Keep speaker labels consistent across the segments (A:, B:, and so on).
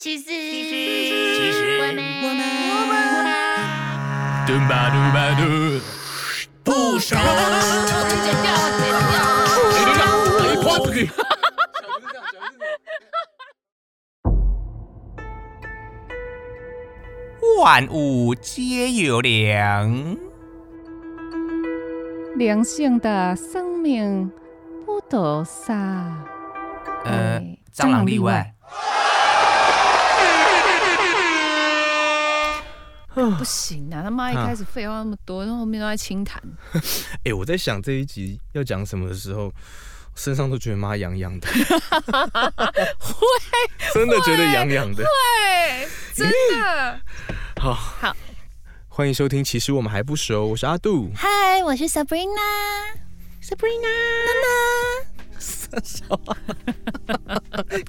A: 其实，
B: 其实
A: 我们，
C: 我们
B: 嘟吧嘟吧嘟，不 熟。
A: 剪掉，剪掉。
B: 万物皆有灵，
D: 灵性的生命不得杀。
B: 呃
D: 哎，
B: 蟑螂例外。
D: 不行啊！他妈一开始废话那么多，然后后面都在清谈。
C: 哎、我在想这一集要讲什么的时候，身上都觉得妈痒痒的，
D: 会
C: 真的觉得痒痒的。
D: 会，真的。
C: 好，
D: 好，
C: 欢迎收听。其实我们还不熟，我是阿杜。
A: 嗨，我是 Sabrina，Sabrina，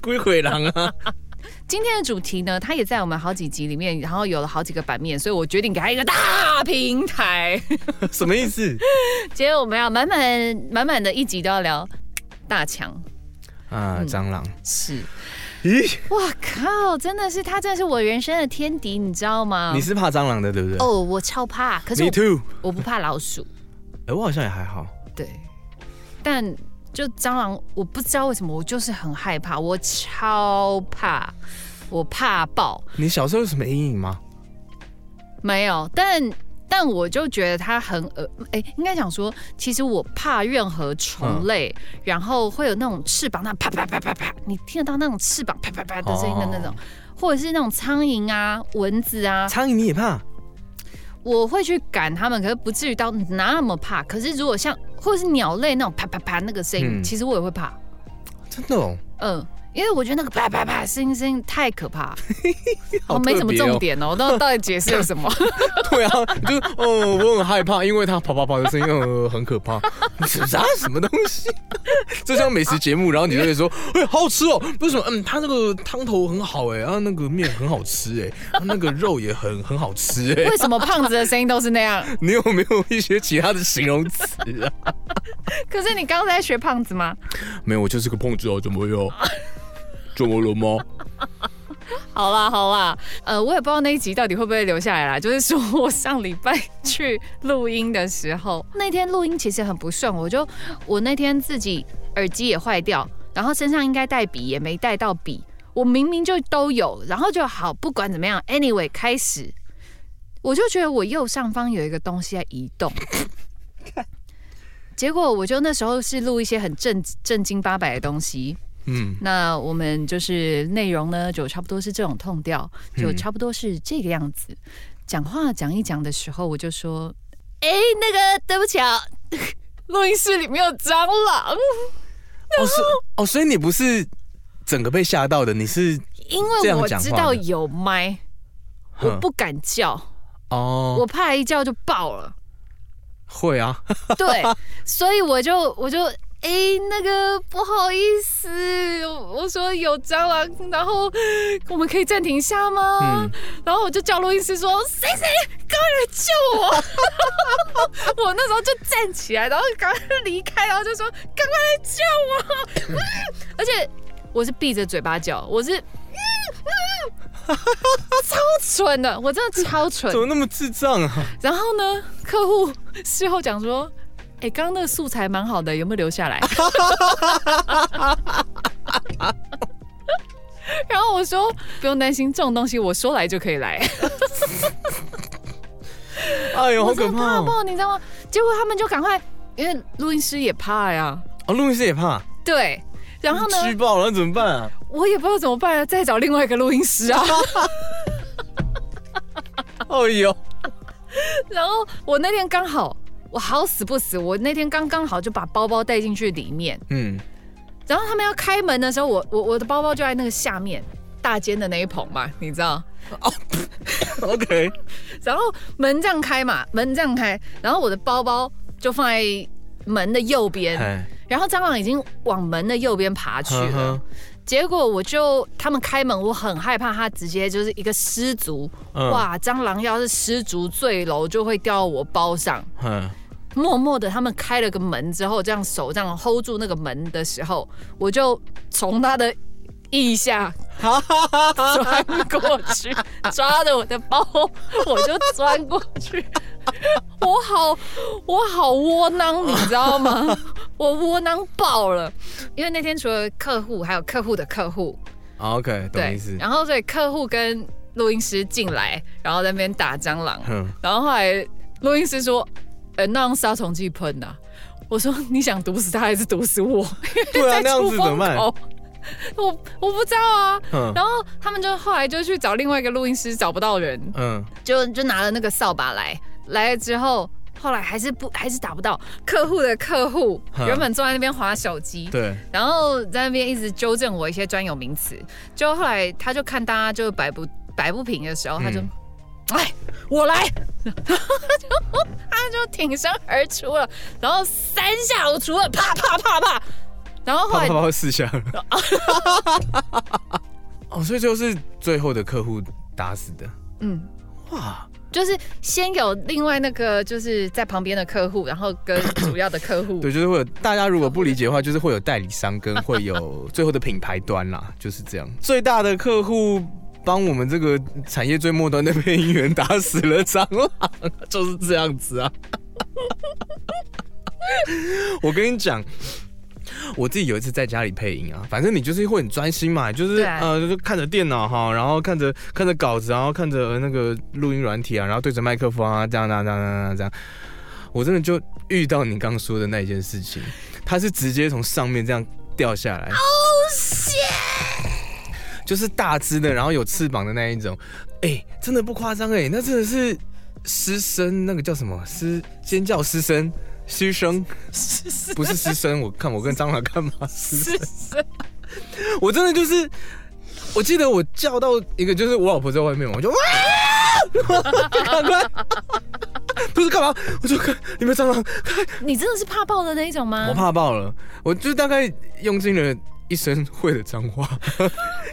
C: 龟 鬼狼 啊，
D: 今天的主题呢，它也在我们好几集里面，然后有了好几个版面，所以我决定给它一个大平台。
C: 什么意思
D: 今天我们要满满满满的一集都要聊大强。嗯
C: 啊？蟑螂？
D: 是，
C: 咦，
D: 哇靠！真的是他，真的是我人生的天敌，你知道吗？
C: 你是怕蟑螂的对不对、
D: 哦，我超怕，可是
C: m e
D: 我
C: too。
D: 我不怕老鼠，
C: 哎、我好像也还好。
D: 对，但就蟑螂，我不知道为什么，我就是很害怕，我超怕，我怕爆，
C: 你小时候有什么阴影吗？
D: 没有，但但我就觉得它很恶，哎、应该讲说，其实我怕任何
C: 嗯
D: 虫类，然后会有那种翅膀那啪啪啪啪啪，你听得到那种翅膀啪啪啪的声音的那种，或者是那种苍蝇啊、蚊子啊，
C: 哦苍蝇你也怕？
D: 我会去赶它们，可是不至于到那么怕。可是如果像或者是鸟类那种啪啪啪那个声音，
C: 嗯
D: 其实我也会怕，
C: 真的哦，
D: 嗯。因为我觉得那个啪啪啪声音声音太可怕，
C: 好
D: 没什么
C: 特别
D: 重
C: 哦。
D: 点哦。那到底解释了什么？
C: 对啊，就是哦，我很害怕，因为它跑跑跑的声音，呃，很可怕。 什啥什么东西？ 就像美食节目，然后你就会说， 哎、好好吃哦，为什么？嗯，它那个汤头很好哎，然后那个面很好吃哎，然后那个肉也很很好吃 哎。
D: 为什么胖子的声音都是 那样？
C: 你有没有一些其他的形容词啊？
D: 可是你刚才在学胖子吗？
C: 没有，我就是个胖子哦，怎么样？怎么了吗？
D: 好啦好啦，呃，我也不知道那一集到底会不会留下来啦。 就是说我上礼拜去录音的时候， 那天录音其实很不顺，我就我那天自己耳机也坏掉，然后身上应该带笔也没带到笔，我明明就都有，然后就好不管怎么样，anyway 开始，我就觉得我右上方有一个东西在哎移动。结果我就那时候是录一些很正正经八百的东西，
C: 嗯，
D: 那我们就是内容呢，就差不多是这种痛调，
C: 嗯
D: 就差不多是这个样子。讲话讲一讲的时候，我就说：“哎、那个对不起啊， 录音室里面有蟑螂。
C: 哦，所以哦，所以你不是整个被吓到的，你是”
D: 因
C: 这
D: 为
C: 样
D: 我
C: 讲话
D: 知
C: 的
D: 道有麦，我
C: 哼
D: 不敢叫，
C: 哦
D: 我，怕一叫就爆了。
C: 会啊，
D: 对，所以我就我就哎、那个不好意思，我我说有蟑螂，然后我们可以暂停一下吗？
C: 嗯
D: 然后我就叫录音师说谁谁赶快来救我！我 那时候就站起来，然后赶快离开，然后就说赶快来救我！ 而且我是闭着嘴巴叫，我是。嗯超蠢的，我真的超蠢
C: 怎。么那么智障啊？
D: 然后呢，客户事后讲说：“哎、刚刚那个素材蛮好的，有没有留下来？” 然后我说：“不用担心，这种东西我说来就可以来。
C: 哎”呦，好
D: 我真
C: 可怕
D: 的怕
C: 哦！
D: 爆，你知道吗？结果他们就赶快，因为录音师也怕呀，
C: 哦，录音师也怕，
D: 对。然后呢，
C: 虚报了那怎么办啊？
D: 我也不知道怎么办了，再找另外一个录音 师啊。
C: 哎呦，
D: 然后我那天刚好，我好死不死，我那天刚刚好就把包包带进去里面。
C: 嗯，
D: 然后他们要开门的时候，我我我的包包就在那个下面大间的那一棚嘛，你知道？
C: OK，
D: 然后门这样开嘛，门这样开，然后我的包包就放在门的右边，
C: 哎，
D: 然后蟑螂已经往门的右边爬去
C: 呵
D: 了
C: 呵。
D: 结果我就他们开门，我很害怕，它直接就是一个失足，
C: 嗯
D: 哇！蟑螂要是失足坠楼，就会掉到我包上。
C: 嗯，
D: 默默的，他们开了个门之后，这样手这样 hold 住那个门的时候，我就从他的一下钻过去，抓着我的包，我就钻过去。我好，我好窝囊，你知 道吗？我窝囊爆了，因为那天除了客户，还有客户的客户，
C: 啊 OK，懂意
D: 对
C: 思，。
D: 然后所以客户跟录音师进来，然后在那边打蟑螂，
C: 哼，
D: 然后后来录音师说：“呃，那用杀虫剂喷呐、我说：“你想毒死他还是毒死我？”
C: 对啊，
D: 在
C: 那样
D: 出
C: 子怎么
D: 风
C: 办？
D: 口。 我我不知道啊，
C: 嗯
D: 然后他们就后来就去找另外一个录音师，找不到人，
C: 嗯，
D: 就就拿了那个扫把来，来了之后，后来还是不还是打不到客户的客户，
C: 嗯
D: 原本坐在那边划手机，
C: 对，
D: 然后在那边一直纠正我一些专有名词，就后来他就看大家就摆不摆不平的时候，他就
C: 嗯，
D: 哎、我来，然后他就他就挺身而出了，然后三下我除了啪啪啪啪，然后后
C: 啪啪
D: 来
C: 啪四下。 哦，所以就是最后的客户打死的。
D: 嗯。
C: 哇，
D: 就是先有另外那个就是在旁边的客户，然后跟主要的客户，
C: 对，就是会有大家如果不理解的话，就是会有代理商跟会 有最后的品牌端啦，就是这样。最大的客户帮我们这个产业最末端的配音员打死了蟑螂， 就是这样子啊。 我跟你讲。我自己有一次在家里配音啊，反正你就是会很专心嘛，就是
D: 对啊
C: 呃，就是看着电脑哈，然后看着看着稿子，然后看着呃那个录音软体啊，然后对着麦克风啊，这样这样这样这样这样。我真的就遇到你刚说的那一件事情，它是直接从上面这样掉下来。哦，就是大只的，然后有翅膀的那一种。哎、真的不夸张哎，那真的是师生，那个叫什么师尖叫师生。师生不是师生，我看我跟蟑螂干嘛？
D: 是是，
C: 我真的就是，我记得我叫到一个，就是我老婆在外面嘛，我就哇，就赶快，不是干嘛？我就看有没有蟑螂，
D: 你真的是怕爆的那一种吗？
C: 我怕爆了，我就大概用尽了一身会的脏话，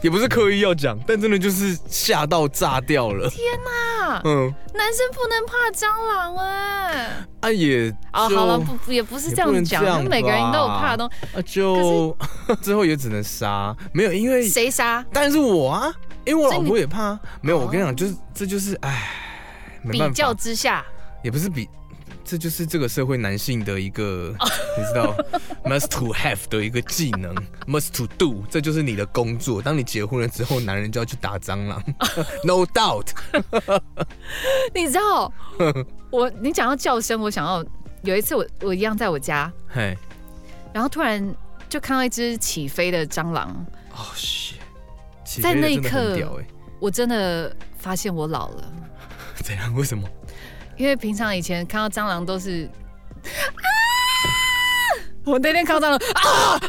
C: 也不是刻意要讲，但真的就是吓到炸掉了。天
D: 哪
C: 嗯，
D: 啊男生不能怕蟑螂哎、
C: 啊也
D: 哦，
C: 就
D: 好了，不也不是这
C: 也不
D: 样
C: 能
D: 讲，
C: 这样
D: 因为每个人都有怕的东
C: 啊就之后也只能杀，没有因为
D: 西。谁杀？
C: 当然是我啊，因为我
D: 所以
C: 老
D: 你
C: 婆也怕啊。没有，我跟你
D: 哦
C: 讲，就是这就是唉，没
D: 比
C: 办
D: 较
C: 法，
D: 之下，
C: 也不是比。这就是这个社会男性的一个，
D: 哦
C: 你知道，must to have 的一个技能 ，must to do，这就是你的工作。当你结婚了之后，男人就要去打蟑 螂，no doubt。
D: 你知 道，我你讲到叫声，我想要有一次我我一样在我家，
C: 嘿，
D: 然后突然就看到一只起飞的蟑螂，
C: 哦是，起
D: Oh, 在
C: 飞
D: 那
C: 了
D: 一
C: 真的很
D: 刻
C: 屌哎，
D: 我真的发现我老了。
C: 怎样？为 什么？
D: 因为平常以前看到蟑螂都是，啊、我那天看到蟑螂，啊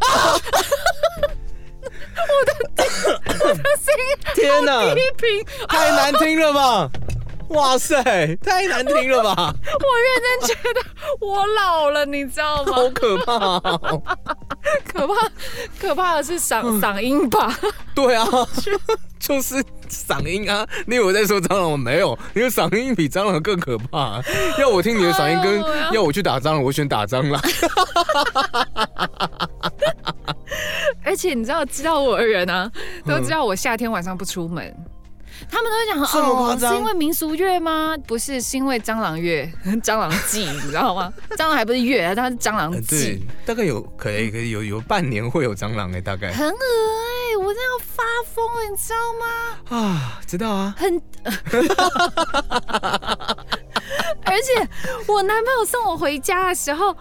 C: 天哪，
D: 一瓶，
C: 太难听了吧！哇塞，太难听了吧！
D: 我认真觉得我老了，你知道吗？
C: 好可怕哦、
D: 可怕，可怕的是 嗓嗓音吧？
C: 对啊， 就是嗓音啊！你以为我在说蟑螂吗？没有，你的嗓音比蟑螂更可怕、 要我听你的嗓音，
D: 哎呦我要
C: 跟要我去打蟑螂，我选打蟑 螂。
D: 而且你知道，知道我的人啊，
C: 嗯
D: 都知道我夏天晚上不出门。他们都会讲
C: 这么夸
D: 哦，是
C: 张
D: 因为民俗月吗？不是，是因为蟑螂月、 蟑螂季，你知道吗？蟑螂还不是月，它是蟑螂
C: 呃
D: 季，，
C: 大概有可以可以有有半年会有蟑螂哎、大概
D: 很恶哎、我这样发疯了，你知道吗？
C: 啊，知道啊。
D: 很， 而且我男朋友送我回家的时候，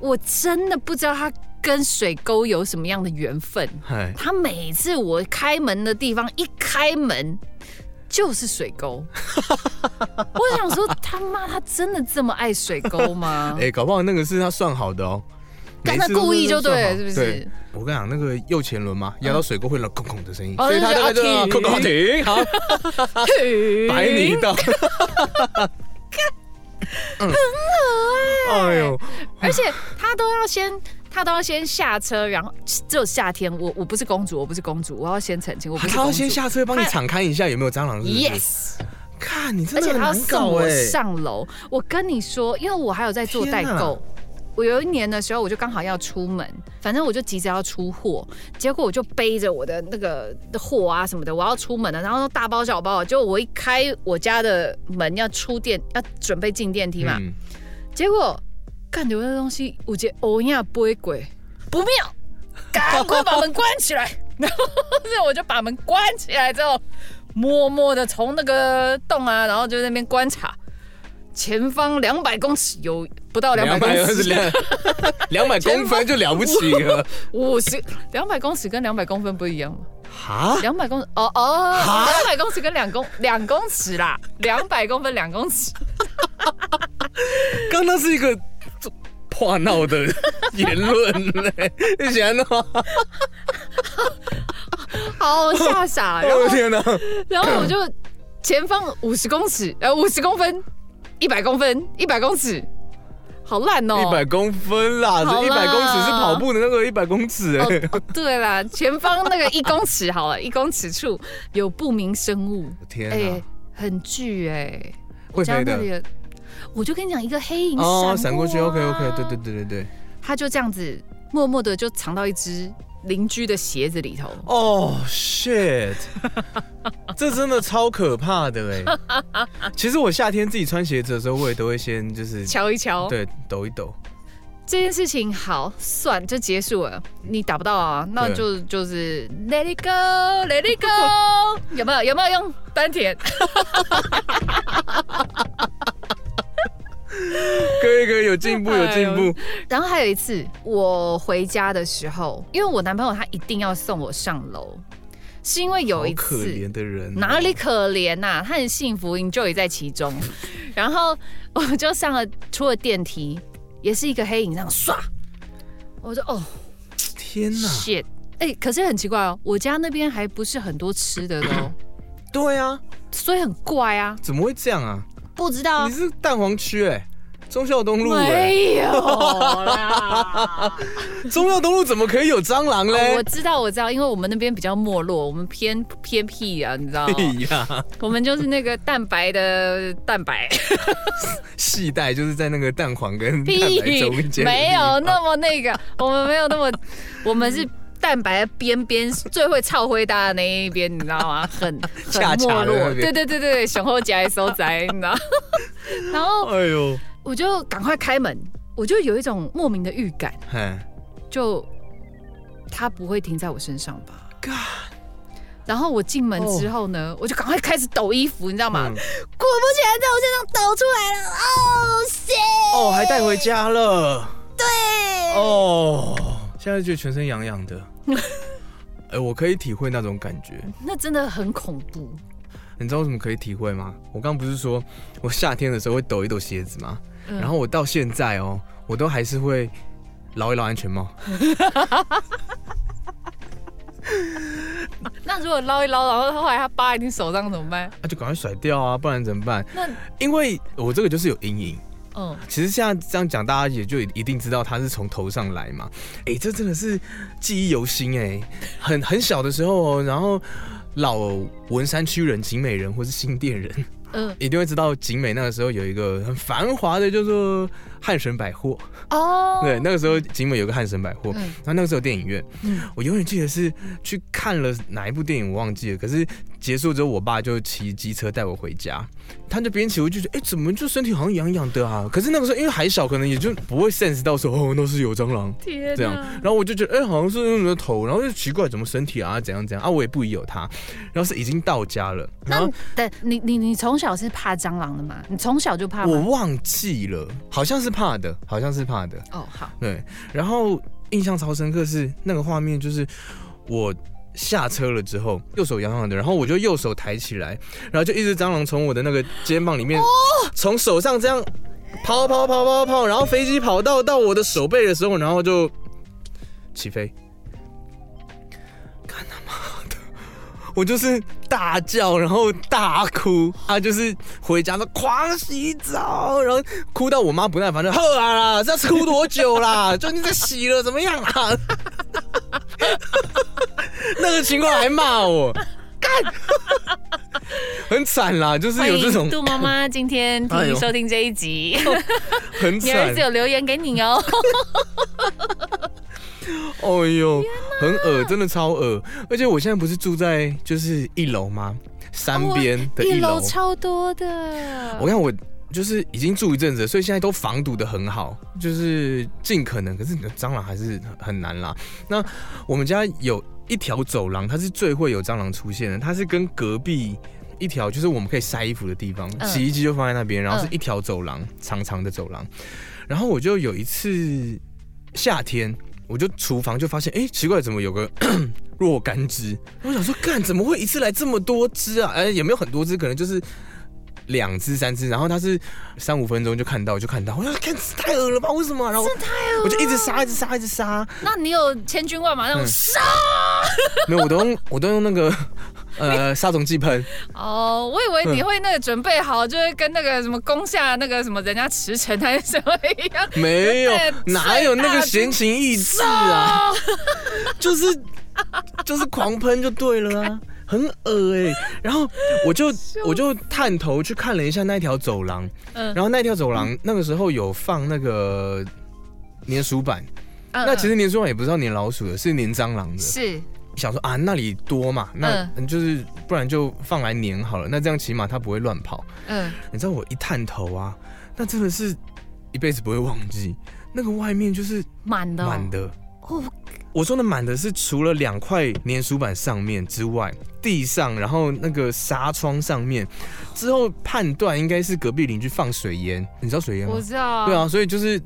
D: 我真的不知道他跟水沟有什么样的缘分。
C: 嗨，
D: 他每次我开门的地方一开门就是水 沟，我想说他妈他真的这么爱水沟吗
C: 哎、？搞不好那个是他算好的哦、每
D: 但
C: 一
D: 他
C: 次都
D: 故意就对
C: 算
D: 了，是
C: 好
D: 不
C: 对
D: 是？
C: 我跟你讲，那个右前轮嘛，压到水沟会有“空空”的声音，
D: 哦
C: 所以他大概就
D: 那
C: “
D: 个
C: 空空”停， 好，哎白你一道。很可
D: 欸
C: 爱。哎呦，
D: 而且他都要先，他都要先下车，然后只有夏天，我我不是公主，我不是公主，我要先澄清，我不是
C: 他
D: 公主。
C: 要先下车帮你敞开一下有没有蟑螂是不是
D: Yes，
C: 看你真
D: 而
C: 的
D: 且
C: 很
D: 他要
C: 难
D: 送
C: 搞
D: 我
C: 哎、
D: 上楼。我跟你说，因为我还有在做代购，我有一年的时候，我就刚好要出门，反正我就急着要出货，结果我就背着我的那个货啊什么的，我要出门了，然后大包小包，结果我一开我家的门要出电，要准备进电梯嘛，
C: 嗯
D: 结果干流的东西，我觉欧亚不会鬼，不 妙，赶快把门关起来。然后是我就把门关起来之后，默默的从那个洞啊，然后就在那边观察，前方两百公尺有不到两百
C: 两
D: 公
C: 百二十
D: 尺，
C: 两两百公分就了不起了，
D: 五十两百公尺跟两百公分不一样吗？
C: 哈？
D: 两百公哦 哦，两百公尺跟两公两公尺啦，两百公分两公尺。
C: 刚刚是一个这破闹 的言论嘞，你喜欢的啊话，
D: 好吓傻了。然
C: 我
D: 后
C: 的哦天哪！
D: 然后我就前方五十公尺，呃，五十公分，一百公分，一百公尺，好烂哦。
C: 一百公分啦，
D: 好啦
C: 这一百公尺是跑步的那个一百公尺哎、
D: 哦，哦对啦，前方那个一公尺 好了，一公尺处有不明生物，
C: 天
D: 哎、
C: 哪，
D: 很巨哎、
C: 会飞
D: 那
C: 的
D: 里。有，我就跟你讲，一个黑影
C: 哦闪过去
D: 啊
C: ，OK OK，对对，对对对。
D: 他就这样子默默的就藏到一只邻居的鞋子里头，
C: 哦、shit，这真的超可怕的哎、其实我夏天自己穿鞋子的时候，我也都会先就是
D: 瞧一瞧。
C: 对抖一抖。
D: 这件事情好算就结束了，你打不到啊，那
C: 对
D: 就就是 Let it go, Let it go，有没有有没有用丹田？
C: 可以可以，有 进步有进步。
D: 然后还有一次，我回家的时候，因为我男朋友他一定要送我上楼，是因为有
C: 好
D: 一
C: 可怜
D: 次。
C: 的人哦、
D: 哪里可怜呐、他很幸福，enjoy 在 其中。然后我就上了出了电梯，也是一个黑影，这样唰，我就哦
C: 天哪！
D: shit，哎、可是很奇怪哦，我家那边还不是很多吃的的哦，
C: 对啊，
D: 所以很怪啊，
C: 怎么会这样啊？
D: 不知道
C: 你是蛋黄区哎、忠孝东路哎、
D: 没 有啦。
C: 忠孝东路怎么可以有蟑螂
D: 哦
C: 嘞
D: 我？知道，我知道，因为我们那边比较没落，我们偏偏僻啊，你知道吗？
C: 哎呀，
D: 我们就是那个蛋白的蛋 白，
C: 系带就是在那个蛋黄跟蛋
D: 屁
C: 白中间，
D: 没有那么那个，我们没有那么，我们是蛋白的边边最会操灰搭的那一边，你知道吗？ 很
C: 恰
D: 很
C: 恰
D: 没
C: 的
D: 落，
C: 那边
D: 对对对对，雄厚夹的收窄，你知道。 然后
C: 哎呦，
D: 我就赶快开门，我就有一种莫名的预感，
C: 嘿，
D: 就他不会停在我身上吧
C: God
D: 然后我进门之后呢我就赶快开始抖衣服，你知道吗？
C: 哦嗯
A: 果不其然，在我身上抖出来了。哦，谢。
C: 哦，还带回家了。
A: 对。
C: 哦，现在觉得全身痒痒的。哎、我可以体会那种感觉。
D: 那真的很恐怖。
C: 你知道为什么可以体会吗？我刚不是说我夏天的时候会抖一抖鞋子吗？
D: 嗯
C: 然后我到现在哦，我都还是会捞一捞安全帽。
D: 那如果捞一捞，然后后来他扒一定手上怎么办？
C: 那、就赶快甩掉啊，不然怎么办？
D: 那
C: 因为我这个就是有阴影。
D: 嗯，
C: 其实现在这样讲，大家也就一定知道它是从头上来嘛。哎、这真的是记忆犹新哎、很很小的时候哦，然后老文山区人、景美人或是新店人，
D: 嗯
C: 一定会知道景美那个时候有一个很繁华的叫做汉神百货。
D: 哦
C: 对，，那个时候景美有个汉神百货，
D: 嗯
C: 然后那个时候有电影院，
D: 嗯
C: 我永远记得是去看了哪一部电影，我忘记了。可是结束之后，我爸就骑机车带我回家，他就边骑，我就觉得，哎、怎么就身体好像痒痒的啊？可是那个时候因为还小，可能也就不会 sense 到说，哦，那是有蟑螂。
D: 天
C: 这样，然后我就觉得，哎、好像是用你的头，然后就奇怪，怎么身体啊，怎样怎样啊，我也不疑有他，然后是已经到家了，然
D: 那
C: 后
D: 但你你你从小是怕蟑螂的吗？你从小就怕
C: 我
D: 吗？
C: 忘记了，好像是怕的，好像是怕的，
D: 哦，好，
C: 对，然后印象超深刻是那个画面，就是我下车了之后，右手痒痒的，然后我就右手抬起来，然后就一只蟑螂从我的那个肩膀里面，从手上这样跑跑跑跑跑，然后飞机跑到到我的手背的时候，然后就起飞。干他妈的！我就是大叫，然后大哭啊，就是回家都狂洗澡，然后哭到我妈不耐烦就喝啊啦，这要哭多久啦？就你在洗了怎么样啊？那个情况还骂我，干！很惨啦，就是
D: 欢
C: 有这种
D: 迎杜 妈妈今天
C: 哎
D: 听
C: 呦
D: 收听这 一集，
C: 很
D: 你儿
C: 惨
D: 子，有留言给你 哦。
C: 哦呦，很恶，真的超恶。而且我现在不是住在就是一楼吗？山边的哦一楼，
D: 超多的，
C: 我看我就是已经住一阵子了，所以现在都防堵的很好，就是尽可能。可是你的蟑螂还是很很难啦。那我们家有一条走廊，它是最会有蟑螂出现的，它是跟隔壁。一条就是我们可以晒衣服的地方，
D: 嗯
C: 洗衣机就放在那边，然后是
D: 嗯
C: 一条走廊，长长的走廊。然后我就有一次夏天，我就厨房就发现，哎、奇怪，怎么有个 若干只？我想说，干怎么会一次来这么多只啊？哎、也没有很多只，可能就是两只、三只。然后它是三五分钟就看到，就看到，我想看太恶了吧？为什么啊、然后我就一直杀，一直杀，一直杀。
D: 那你有千军万马那种
C: 嗯
D: 杀
C: 没有，我都用我都用那 个呃杀虫剂喷，
D: 哦？我以为你会那个准备好，就会跟那个什么攻下那个什么人家驰骋还是什么一样。
C: 没有
D: 对，
C: 哪有那
D: 最大
C: 个
D: 只
C: 闲情逸致啊？就是就是狂喷就对了啊，很恶哎、然后我就我就探头去看了一下那条走廊，
D: 嗯
C: 然后那条走廊那个时候有放那个粘鼠板，
D: 嗯
C: 那其实粘鼠板也不是要粘老鼠的，是粘蟑螂的。
D: 是
C: 想说啊，那里多嘛，那
D: 嗯
C: 就是不然就放来粘好了，那这样起码它不会乱跑。
D: 嗯，
C: 你知道我一探头啊，那真的是一辈子不会忘记，那个外面就是
D: 满的哦
C: 满的。
D: 哦，
C: 我说的满的是除了两块粘鼠板上面之外，地上，然后那个纱窗上面，之后判断应该是隔壁邻居放水烟，你知道水烟吗
D: 我？知道。
C: 对，啊，所以就是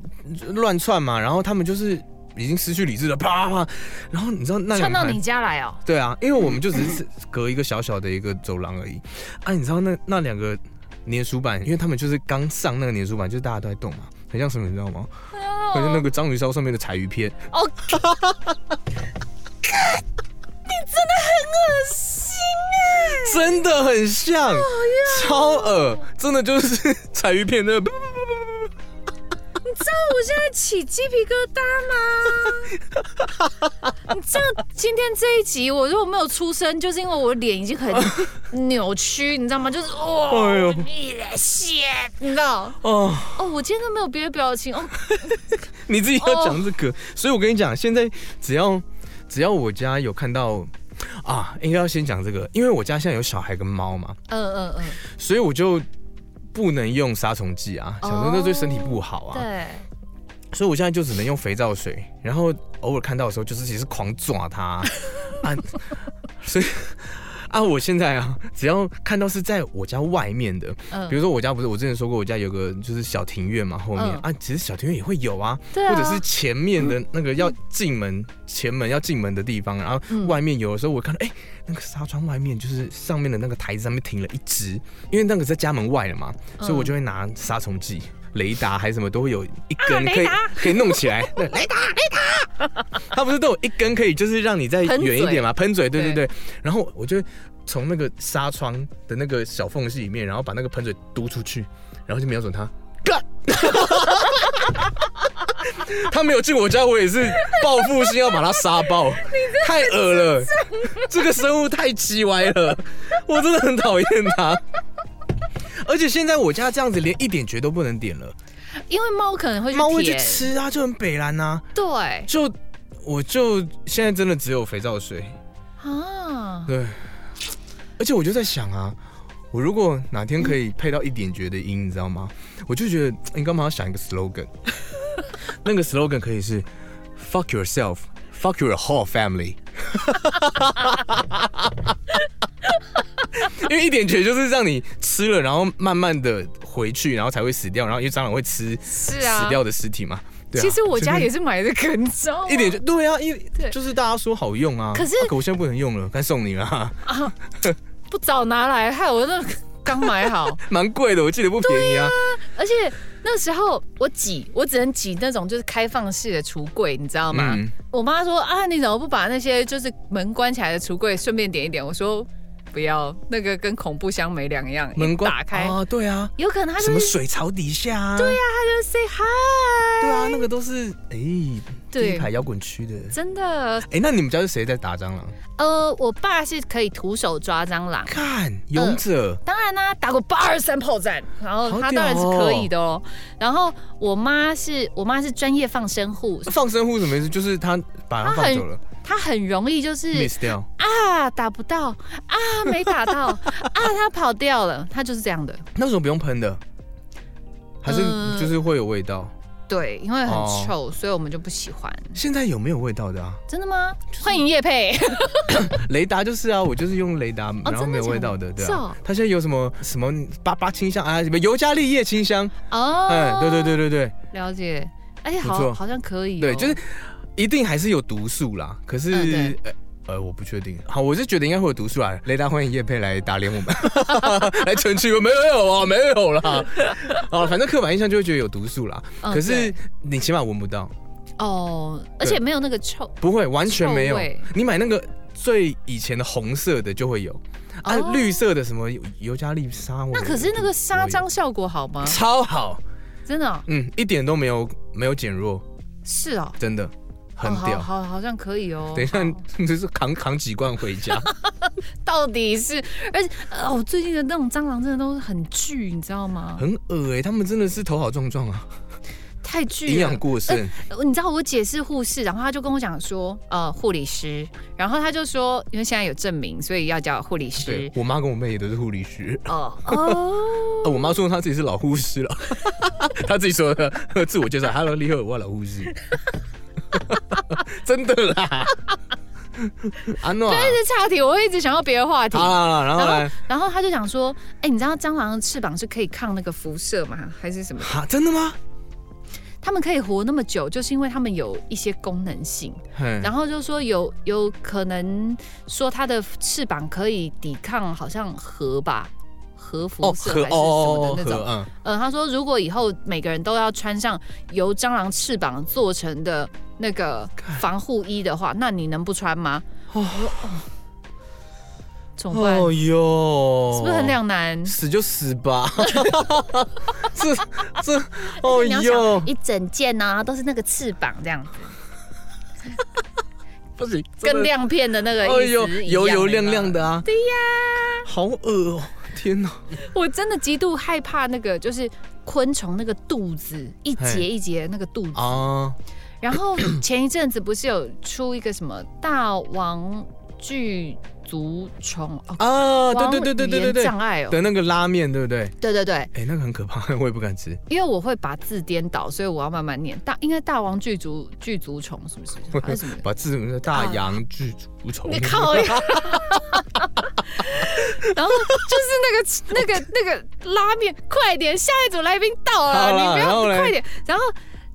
C: 乱窜嘛，然后他们就是已经失去理智了，啪啪啪，然后你知道那两
D: 窜到
C: 盘
D: 你家来哦。
C: 对啊，因为我们就只是隔一个小小的一个走廊而已。啊，你知道那那两个粘鼠板，因为他们就是刚上那个粘鼠板，就是大家都在动嘛，很像什么，你知道吗？很像那个章鱼烧上面的柴鱼片。
D: 哦，
C: 欸真的很欸像，超恶，真的就是 柴鱼片那个。
D: 我现在起鸡皮疙瘩吗？ 你知道今天这一集我如果没有出声，就是因为我脸已经 很扭曲，你知道吗？就是
C: 哎
D: 哦
C: 呦，
D: 你的血，你知道？
C: 哦，
D: 哦，我今天都没有别的表情哦。
C: 你自己要讲这个，所以我跟你讲，现在只要只要我家有看到啊，应该要先讲这个，因为我家现在有小孩跟猫嘛，
D: 嗯嗯嗯，
C: 所以我就不能用杀虫剂啊，想说那对身体不好啊，
D: 对，
C: 所以我现在就只能用肥皂水，然后偶尔看到的时候就是其实狂抓它啊，所以啊，我现在啊，只要看到是在我家外面的，
D: 嗯，
C: 比如说我家不是我之前说过我家有个就是小庭院嘛，后面、
D: 嗯
C: 啊，其实小庭院也会有啊，
D: 对啊
C: 或者是前面的那个要进门、前门要进门的地方，然后
D: 嗯
C: 外面有的时候我看到哎、那个纱窗外面就是上面的那个台子上面停了一只，因为那个在家门外了嘛，所
D: 嗯
C: 以我就会拿杀虫剂。雷达还是什么都会有一
D: 啊
C: 根可以、可以弄起来，对，雷达 雷达，它不是都有一根可以就是让你再
D: 喷
C: 远一
D: 嘴
C: 点嘛，喷嘴，对对
D: 对
C: 对。然后我就从那个纱窗的那个小缝隙里面，然后把那个喷嘴嘟出去，然后就瞄准他，干！ 他没有进我家，我也是报复性要把他杀爆，太恶了，这个生物太鸡歪了，我真的很讨厌它。而且现在我家这样子，连一点绝都不能点了，
D: 因为猫可能会
C: 猫会去
D: 舔，
C: 吃啊，就很北蓝呐、
D: 对
C: 就我就现在真的只有肥皂水，
D: 啊，
C: 对，而且我就在想啊，我如果哪天可以配到一点绝的音，你知道吗？我就觉得你干嘛要想一个 slogan？那个 slogan 可以是 “fuck yourself”。Fuck your whole family，因为一点绝就是让你吃了，然后慢慢的回去，然后才会死掉，然后因为蟑螂会吃、
D: 是啊
C: 死，掉的尸体嘛。对啊、
D: 其实我
C: 所
D: 家
C: 以
D: 也是买这个，你知道吗？
C: 一点就对啊，因
D: 对
C: 为就是大家说好用啊，
D: 可是
C: 啊可我现在不能用了，该送你了、
D: 不早拿来，害我那刚 买好。
C: 蛮贵的，我记得不便宜啊。
D: 而且那时候我挤，我只能挤那种就是开放式的橱柜，你知道吗？
C: 嗯
D: 我妈说啊，你怎么不把那些就是门关起来的橱柜顺便点一点？我说不要，那个跟恐怖箱没两样。
C: 门
D: 一
C: 关
D: 打开，
C: 啊，对啊，
D: 有可能它
C: 什
D: 就
C: 么
D: 是
C: 水槽底下啊，对呀、
D: 它就是 say
C: 对
D: hi，
C: 啊，那个都是哎、
D: 对
C: 第一排摇滚区的。
D: 真的。
C: 哎、那你们家是谁在打蟑螂？啊
D: 呃，我爸是可以徒手抓蟑螂，
C: 看勇者、
D: 当站啊，打过八二三炮战，然后
C: 好
D: 他当然是
C: 屌哦
D: 可以的哦。然后我妈是我妈是专业放生户，
C: 放生户什么意思？就是他把它
D: 他
C: 放
D: 很
C: 久了
D: 她很容易就是
C: ，miss 掉。
D: 啊打不到啊没 打到啊她跑掉了，她就是这样的。
C: 那时候不用喷的，还是
D: 嗯
C: 就是会有味道。
D: 对，因为很
C: 哦
D: 臭，所以我们就不喜欢。
C: 现在有没有味道的啊？
D: 真的吗？欢迎 叶佩，
C: 雷达就是啊，我就是用雷达，
D: 哦
C: 然后没有味道的，对
D: 是
C: 啊
D: 哦。
C: 它现在有什么什么巴巴清香啊，什么尤加利叶清香，
D: 哦，
C: 哎，对对，对对对
D: 了解。哎，
C: 不错
D: 好，好像可以哦、
C: 对，就是一定还是有毒素啦。可
D: 嗯
C: 是
D: 对
C: 呃呃，我不确定。好，我是觉得应该会有毒素啊。雷达欢迎叶佩来打脸我 们，来澄清，没有啊，没有啦。哦，反正刻板印象就会觉得有毒素啦。
D: 嗯
C: 可是
D: 对
C: 你起码闻不到，
D: 哦，而且没有那个臭。
C: 不会，完全没有
D: 臭味。
C: 你买那个最以前的红色的就会有，啊，
D: 哦
C: 绿色的什么尤加利沙，我
D: 那可是那个杀蟑效果好吗？
C: 超好，
D: 真的哦、
C: 嗯，一点都没有没有减弱，
D: 是哦，
C: 真的很
D: 哦好
C: 屌。
D: 好好像可以哦。
C: 等一下
D: 好，
C: 就是扛扛几罐回 家，
D: 到底是，而且哦，我最近的那种蟑螂真的都很巨，你知道吗？
C: 很恶哎、他们真的是头好壮壮啊，
D: 太
C: 营
D: 巨了
C: 养。过 剩，
D: 呃你知道我姐是护士，然后她就跟我讲说，呃，护理师，然后她就说，因为现在有证明，所以要叫护理
C: 对
D: 师。
C: 我妈跟我妹也都是护理师，
D: 哦哦，
C: 啊我妈说她自己是老护士了， 她自己说的，自我介绍，Hello，你好，我老护士， 真的啦，安诺啊，
D: 这岔题，我会一直想要别的话题。
C: 好啦，然后来，
D: 然后他就讲说，哎、你知道蟑螂的翅膀是可以抗那个辐射吗？还是什么？
C: 哈，真的吗？
D: 他们可以活那么久，就是因为他们有一些功能性。
C: 然
D: 然后就说有有可能说它的翅膀可以抵抗好像核吧，核
C: 哦
D: 辐射还是什么的那种。
C: 嗯，
D: 呃，他说如果以后每个人都要穿上由蟑螂翅膀做成的那个防护衣的话，那你能不穿吗？
C: 哦
D: 哦，哦怎么办？
C: 哦哟，
D: 是不是很？两难？
C: 死就死 吧，这这，哦
D: 你要想
C: 哟，
D: 一整件呢、啊，都是那个翅膀这样子，
C: 不行，真的
D: 跟，亮片的那个
C: 哦
D: 意
C: 哟，
D: 思一样
C: 油油亮亮。
D: 有没有
C: 的啊，对呀，好恶哦，天哪，
D: 我真的极度害怕那个，就是昆虫那个肚子一节一节那个肚子。
C: 啊，
D: 然后前一阵子不是有出一个什么大王巨足虫哦，
C: 啊，
D: 王
C: 对对对对对
D: 语言
C: 对
D: 障碍哦
C: 对，，的那个拉面，对不对？
D: 对对对，
C: 哎，那个很可怕， 我也不敢吃，
D: 因为我会把字颠倒，所以我要慢慢念。大应该大王巨足巨足虫是不是？还是什么？
C: 把字母大洋巨足虫，
D: 你靠呀！ 然后就是那个那个那个拉面，快点，下一组来宾到了，
C: 好啦
D: 你不
C: 然后
D: 要
C: 嘞
D: 快点。然后，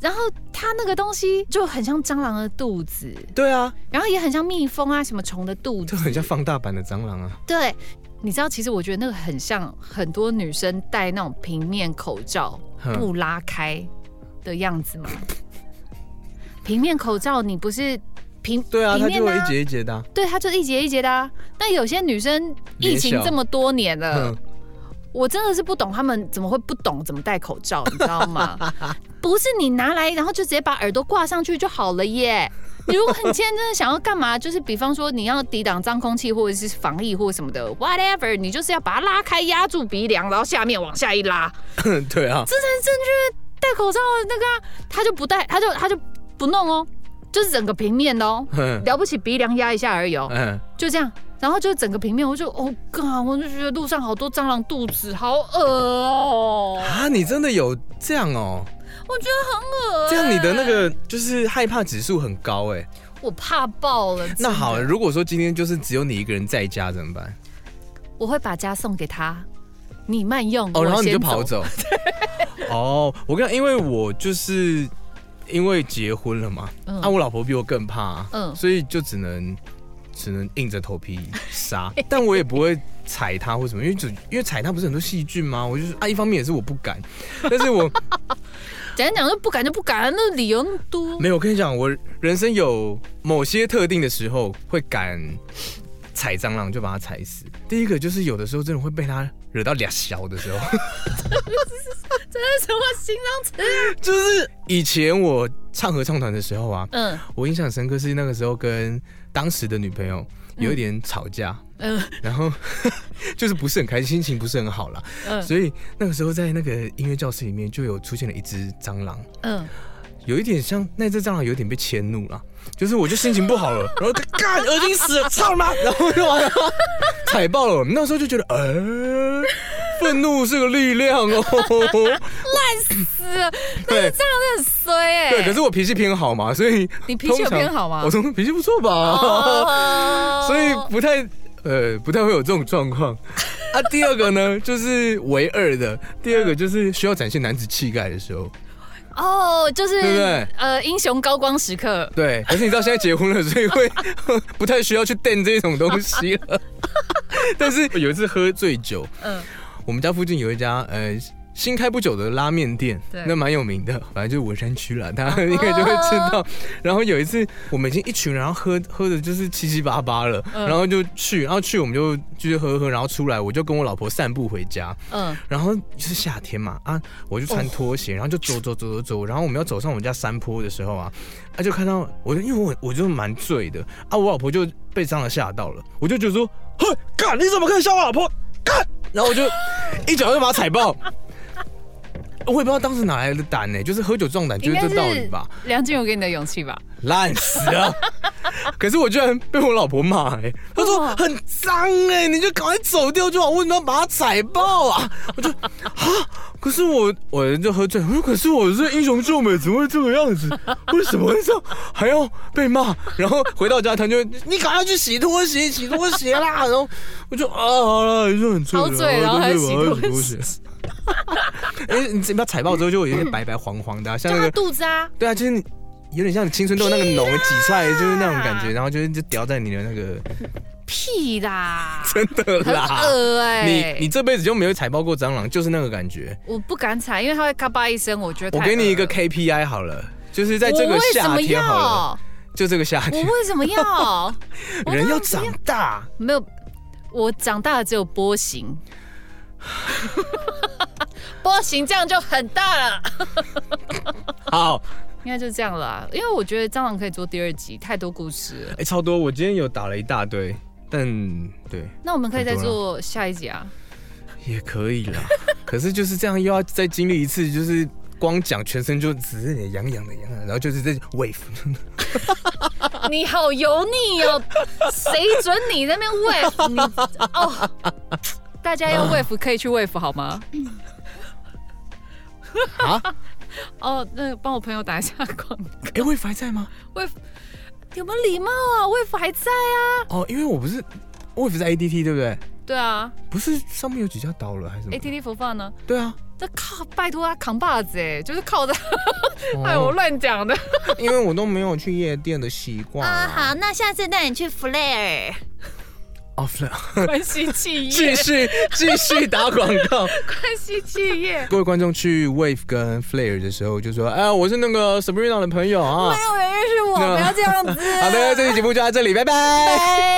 D: 然后它那个东西就很像蟑螂的肚子，
C: 对啊，
D: 然后也很像蜜蜂啊什么虫的肚子
C: 就，很像放大版的蟑螂啊，
D: 对。你知道，其实我觉得那个很像很多女生戴那种平面口罩
C: 哼
D: 不拉开的样子吗？平面口罩你不是平
C: 对啊，它
D: 平面
C: 就会一节一节的啊，
D: 对，它就一节一节的啊。但有些女生疫
C: 脸
D: 情
C: 小
D: 这么多年了
C: 嗯，
D: 我真的是不懂她们怎么会不懂怎么戴口罩，你知道吗？不是你拿来，然后就直接把耳朵挂上去就好了耶。你如果你今天真的想要干嘛，就是比方说你要抵挡脏空气或者是防疫或什么的，whatever，你就是要把它拉开压住鼻梁，然后下面往下一拉，
C: 对啊，
D: 这才是正确戴口罩的那个啊、他就不戴，他就他就不弄哦，就是整个平面的哦，
C: 嗯
D: 了不起鼻梁压一下而已哦。
C: 嗯。
D: 就这样，然后就整个平面，我就哦嘎，我就觉得路上好多蟑螂肚子，好恶哦、
C: 啊，你真的有这样哦？
D: 我觉得很恶、欸
C: 这样你的那，个就是害怕指数很高哎。
D: 我怕爆了。
C: 那好，
D: 真的
C: 如果说今天就是只有你一个人在家怎么办？
D: 我会把家送给他，你慢用，
C: 哦，然后
D: 我
C: 你
D: 先
C: 就跑
D: 走。
C: 走。哦，我跟你讲，因为我就是因为结婚了嘛，
D: 嗯
C: 啊，我老婆比我更怕，嗯，
D: 嗯
C: 所以就只能只能硬着头皮杀， 但我也不会踩它或什么，因为只因为踩它不是很多细菌吗？我就是啊，一方面也是我不敢，但是 我
D: 讲一讲就不敢就不敢，那理由那么多。
C: 没有，我跟你讲，我人生有某些特定的时候会敢踩蟑螂，就把它踩死。第一个就是有的时候真的会被它惹到俩小的时候，
D: 这是什么形容词？
C: 就是以前我唱合唱团的时候啊，
D: 嗯
C: 我印象深刻是那个时候跟当时的女朋友有一点吵架，
D: 嗯
C: 然后 就是不是很开心，心情不是很好啦。
D: 嗯
C: 所以那个时候在那个音乐教室里面就有出现了一只蟑螂，
D: 嗯，
C: 有一点像那只蟑螂有点被迁怒了，就是我就心情不好 了，然后就干恶心死了，操吗？然后就完了，踩爆了。我们那时候就觉得，呃，愤怒是个力量哦。
D: 是啊，
C: 对
D: 这样真的很衰哎。
C: 对，可是我脾气偏好嘛，所以
D: 你脾气有
C: 通常
D: 偏好吗
C: 我从脾气不错吧，
D: 哦
C: 所以不太呃不太会有这种状 况。啊，第二个呢，就是唯二的，第二个就是需要展现男子气概的时候。
D: 哦，就是
C: 对不对
D: 呃，英雄高光时刻。
C: 对，可是你知道现在结婚了，所以 会不太需要去垫这种东西了。但是有一次喝醉酒，
D: 嗯，
C: 我们家附近有一家呃新开不久的拉面店
D: 对，哦
C: 那蛮有名的，反正就是文山区了，大家应该就会知道。然后有一次我们已经一群人，然后喝喝的就是七七八八了，
D: 嗯
C: 然后就去，然后去我们就继续喝喝，然后出来我就跟我老婆散步回家，
D: 嗯
C: 然后就是夏天嘛，啊，我就穿拖鞋，然后就走走走走走，然后我们要走上我们家山坡的时候啊，啊就看到我就，因为我我就蛮醉的啊，我老婆就被蟑螂吓到了，我就觉得说，嘿，干你怎么可以吓我老婆？干，然后我就一脚就把她踩爆。我也不知道当时哪来的胆呢、就是喝酒壮胆，就是这道理吧，
D: 梁静茹给你的勇气吧？
C: 烂死 了。可是我居然被我老婆骂哎、她说
D: 哇
C: 很脏哎、你就赶快走掉就好，为什么要把它踩爆啊？可是我我就喝醉，我说可是我是英雄救美，怎么会这个样子？为什么会这样？还要被骂？然后回到家，他就你赶快去洗拖鞋，洗拖鞋啦！然后我就啊，好了，就很醉
D: 好
C: 了，
D: 醉，然后还洗
C: 对
D: 多
C: 我要洗拖鞋。哎、你你把踩爆之后，就有点白白黄黄的啊、像
D: 就
C: 那
D: 他
C: 个
D: 肚子啊，
C: 对啊，就是你有点像青春痘那个脓挤出来，就是那种感觉，然后就是就掉在你的那个
D: 屁啦，
C: 真的
D: 很
C: 啦。
D: 恶
C: 你
D: 哎、
C: 你这辈子就没有踩爆过蟑螂，就是那个感觉。
D: 我不敢踩，因为它会咔吧一声，我觉得
C: 我
D: 太
C: 给你一个
D: 恶了
C: KPI 好了，就是在这个夏天好了，就这个夏
D: 我
C: 天，
D: 为什么要？我为什么要？
C: 人要长 大，
D: 没有，我长大了只有波形， 波形这样就很大了，
C: 好，
D: 应该就这样
C: 啊
D: 啦。因为我觉得蟑螂可以做第二集，太多故事了。
C: 哎、超多，我今天有打了一大堆，但对
D: 那我们可以再
C: 很多啦
D: 做下一集啊。
C: 也可以 啦，可是就是这样又要再经历一次，就是。光讲全身就只是痒痒的痒痒的，然后就是这 wave，
D: 你好油腻哦，谁准你在那边 wave？你哦，大家要 wave 可以去 wave 好吗？
C: 啊？
D: 哦，那帮我朋友打一下广告。
C: 哎、w a v e 还在吗？
D: wave 有没有礼貌啊？wave 还在啊？
C: 哦，因为我不是 wave 在 ADT 对不对？
D: 对啊
C: 不是上面有几家倒了还是什么？
D: ，ATT 佛放呢？
C: 对啊，
D: 这靠，拜托他扛把子哎，就是靠着，
C: 哦
D: 哎，我乱讲的。
C: 因为我都没有去夜店的习惯
A: 啊，
C: 啦。
A: 好，那下次带你去 Flair。
C: 哦，是啊
D: 关系 企
C: 继
D: 业，
C: 续继续打广告。
D: 关系企业，
C: 各位观众去 Wave 跟 Flare 的时候，就说：“哎，我是那个 Sabrina 的朋友啊。
A: 没有人认识我，
C: 那
A: 不要这样子。”
C: 好的，这期节目就到这里，拜拜。
A: 拜。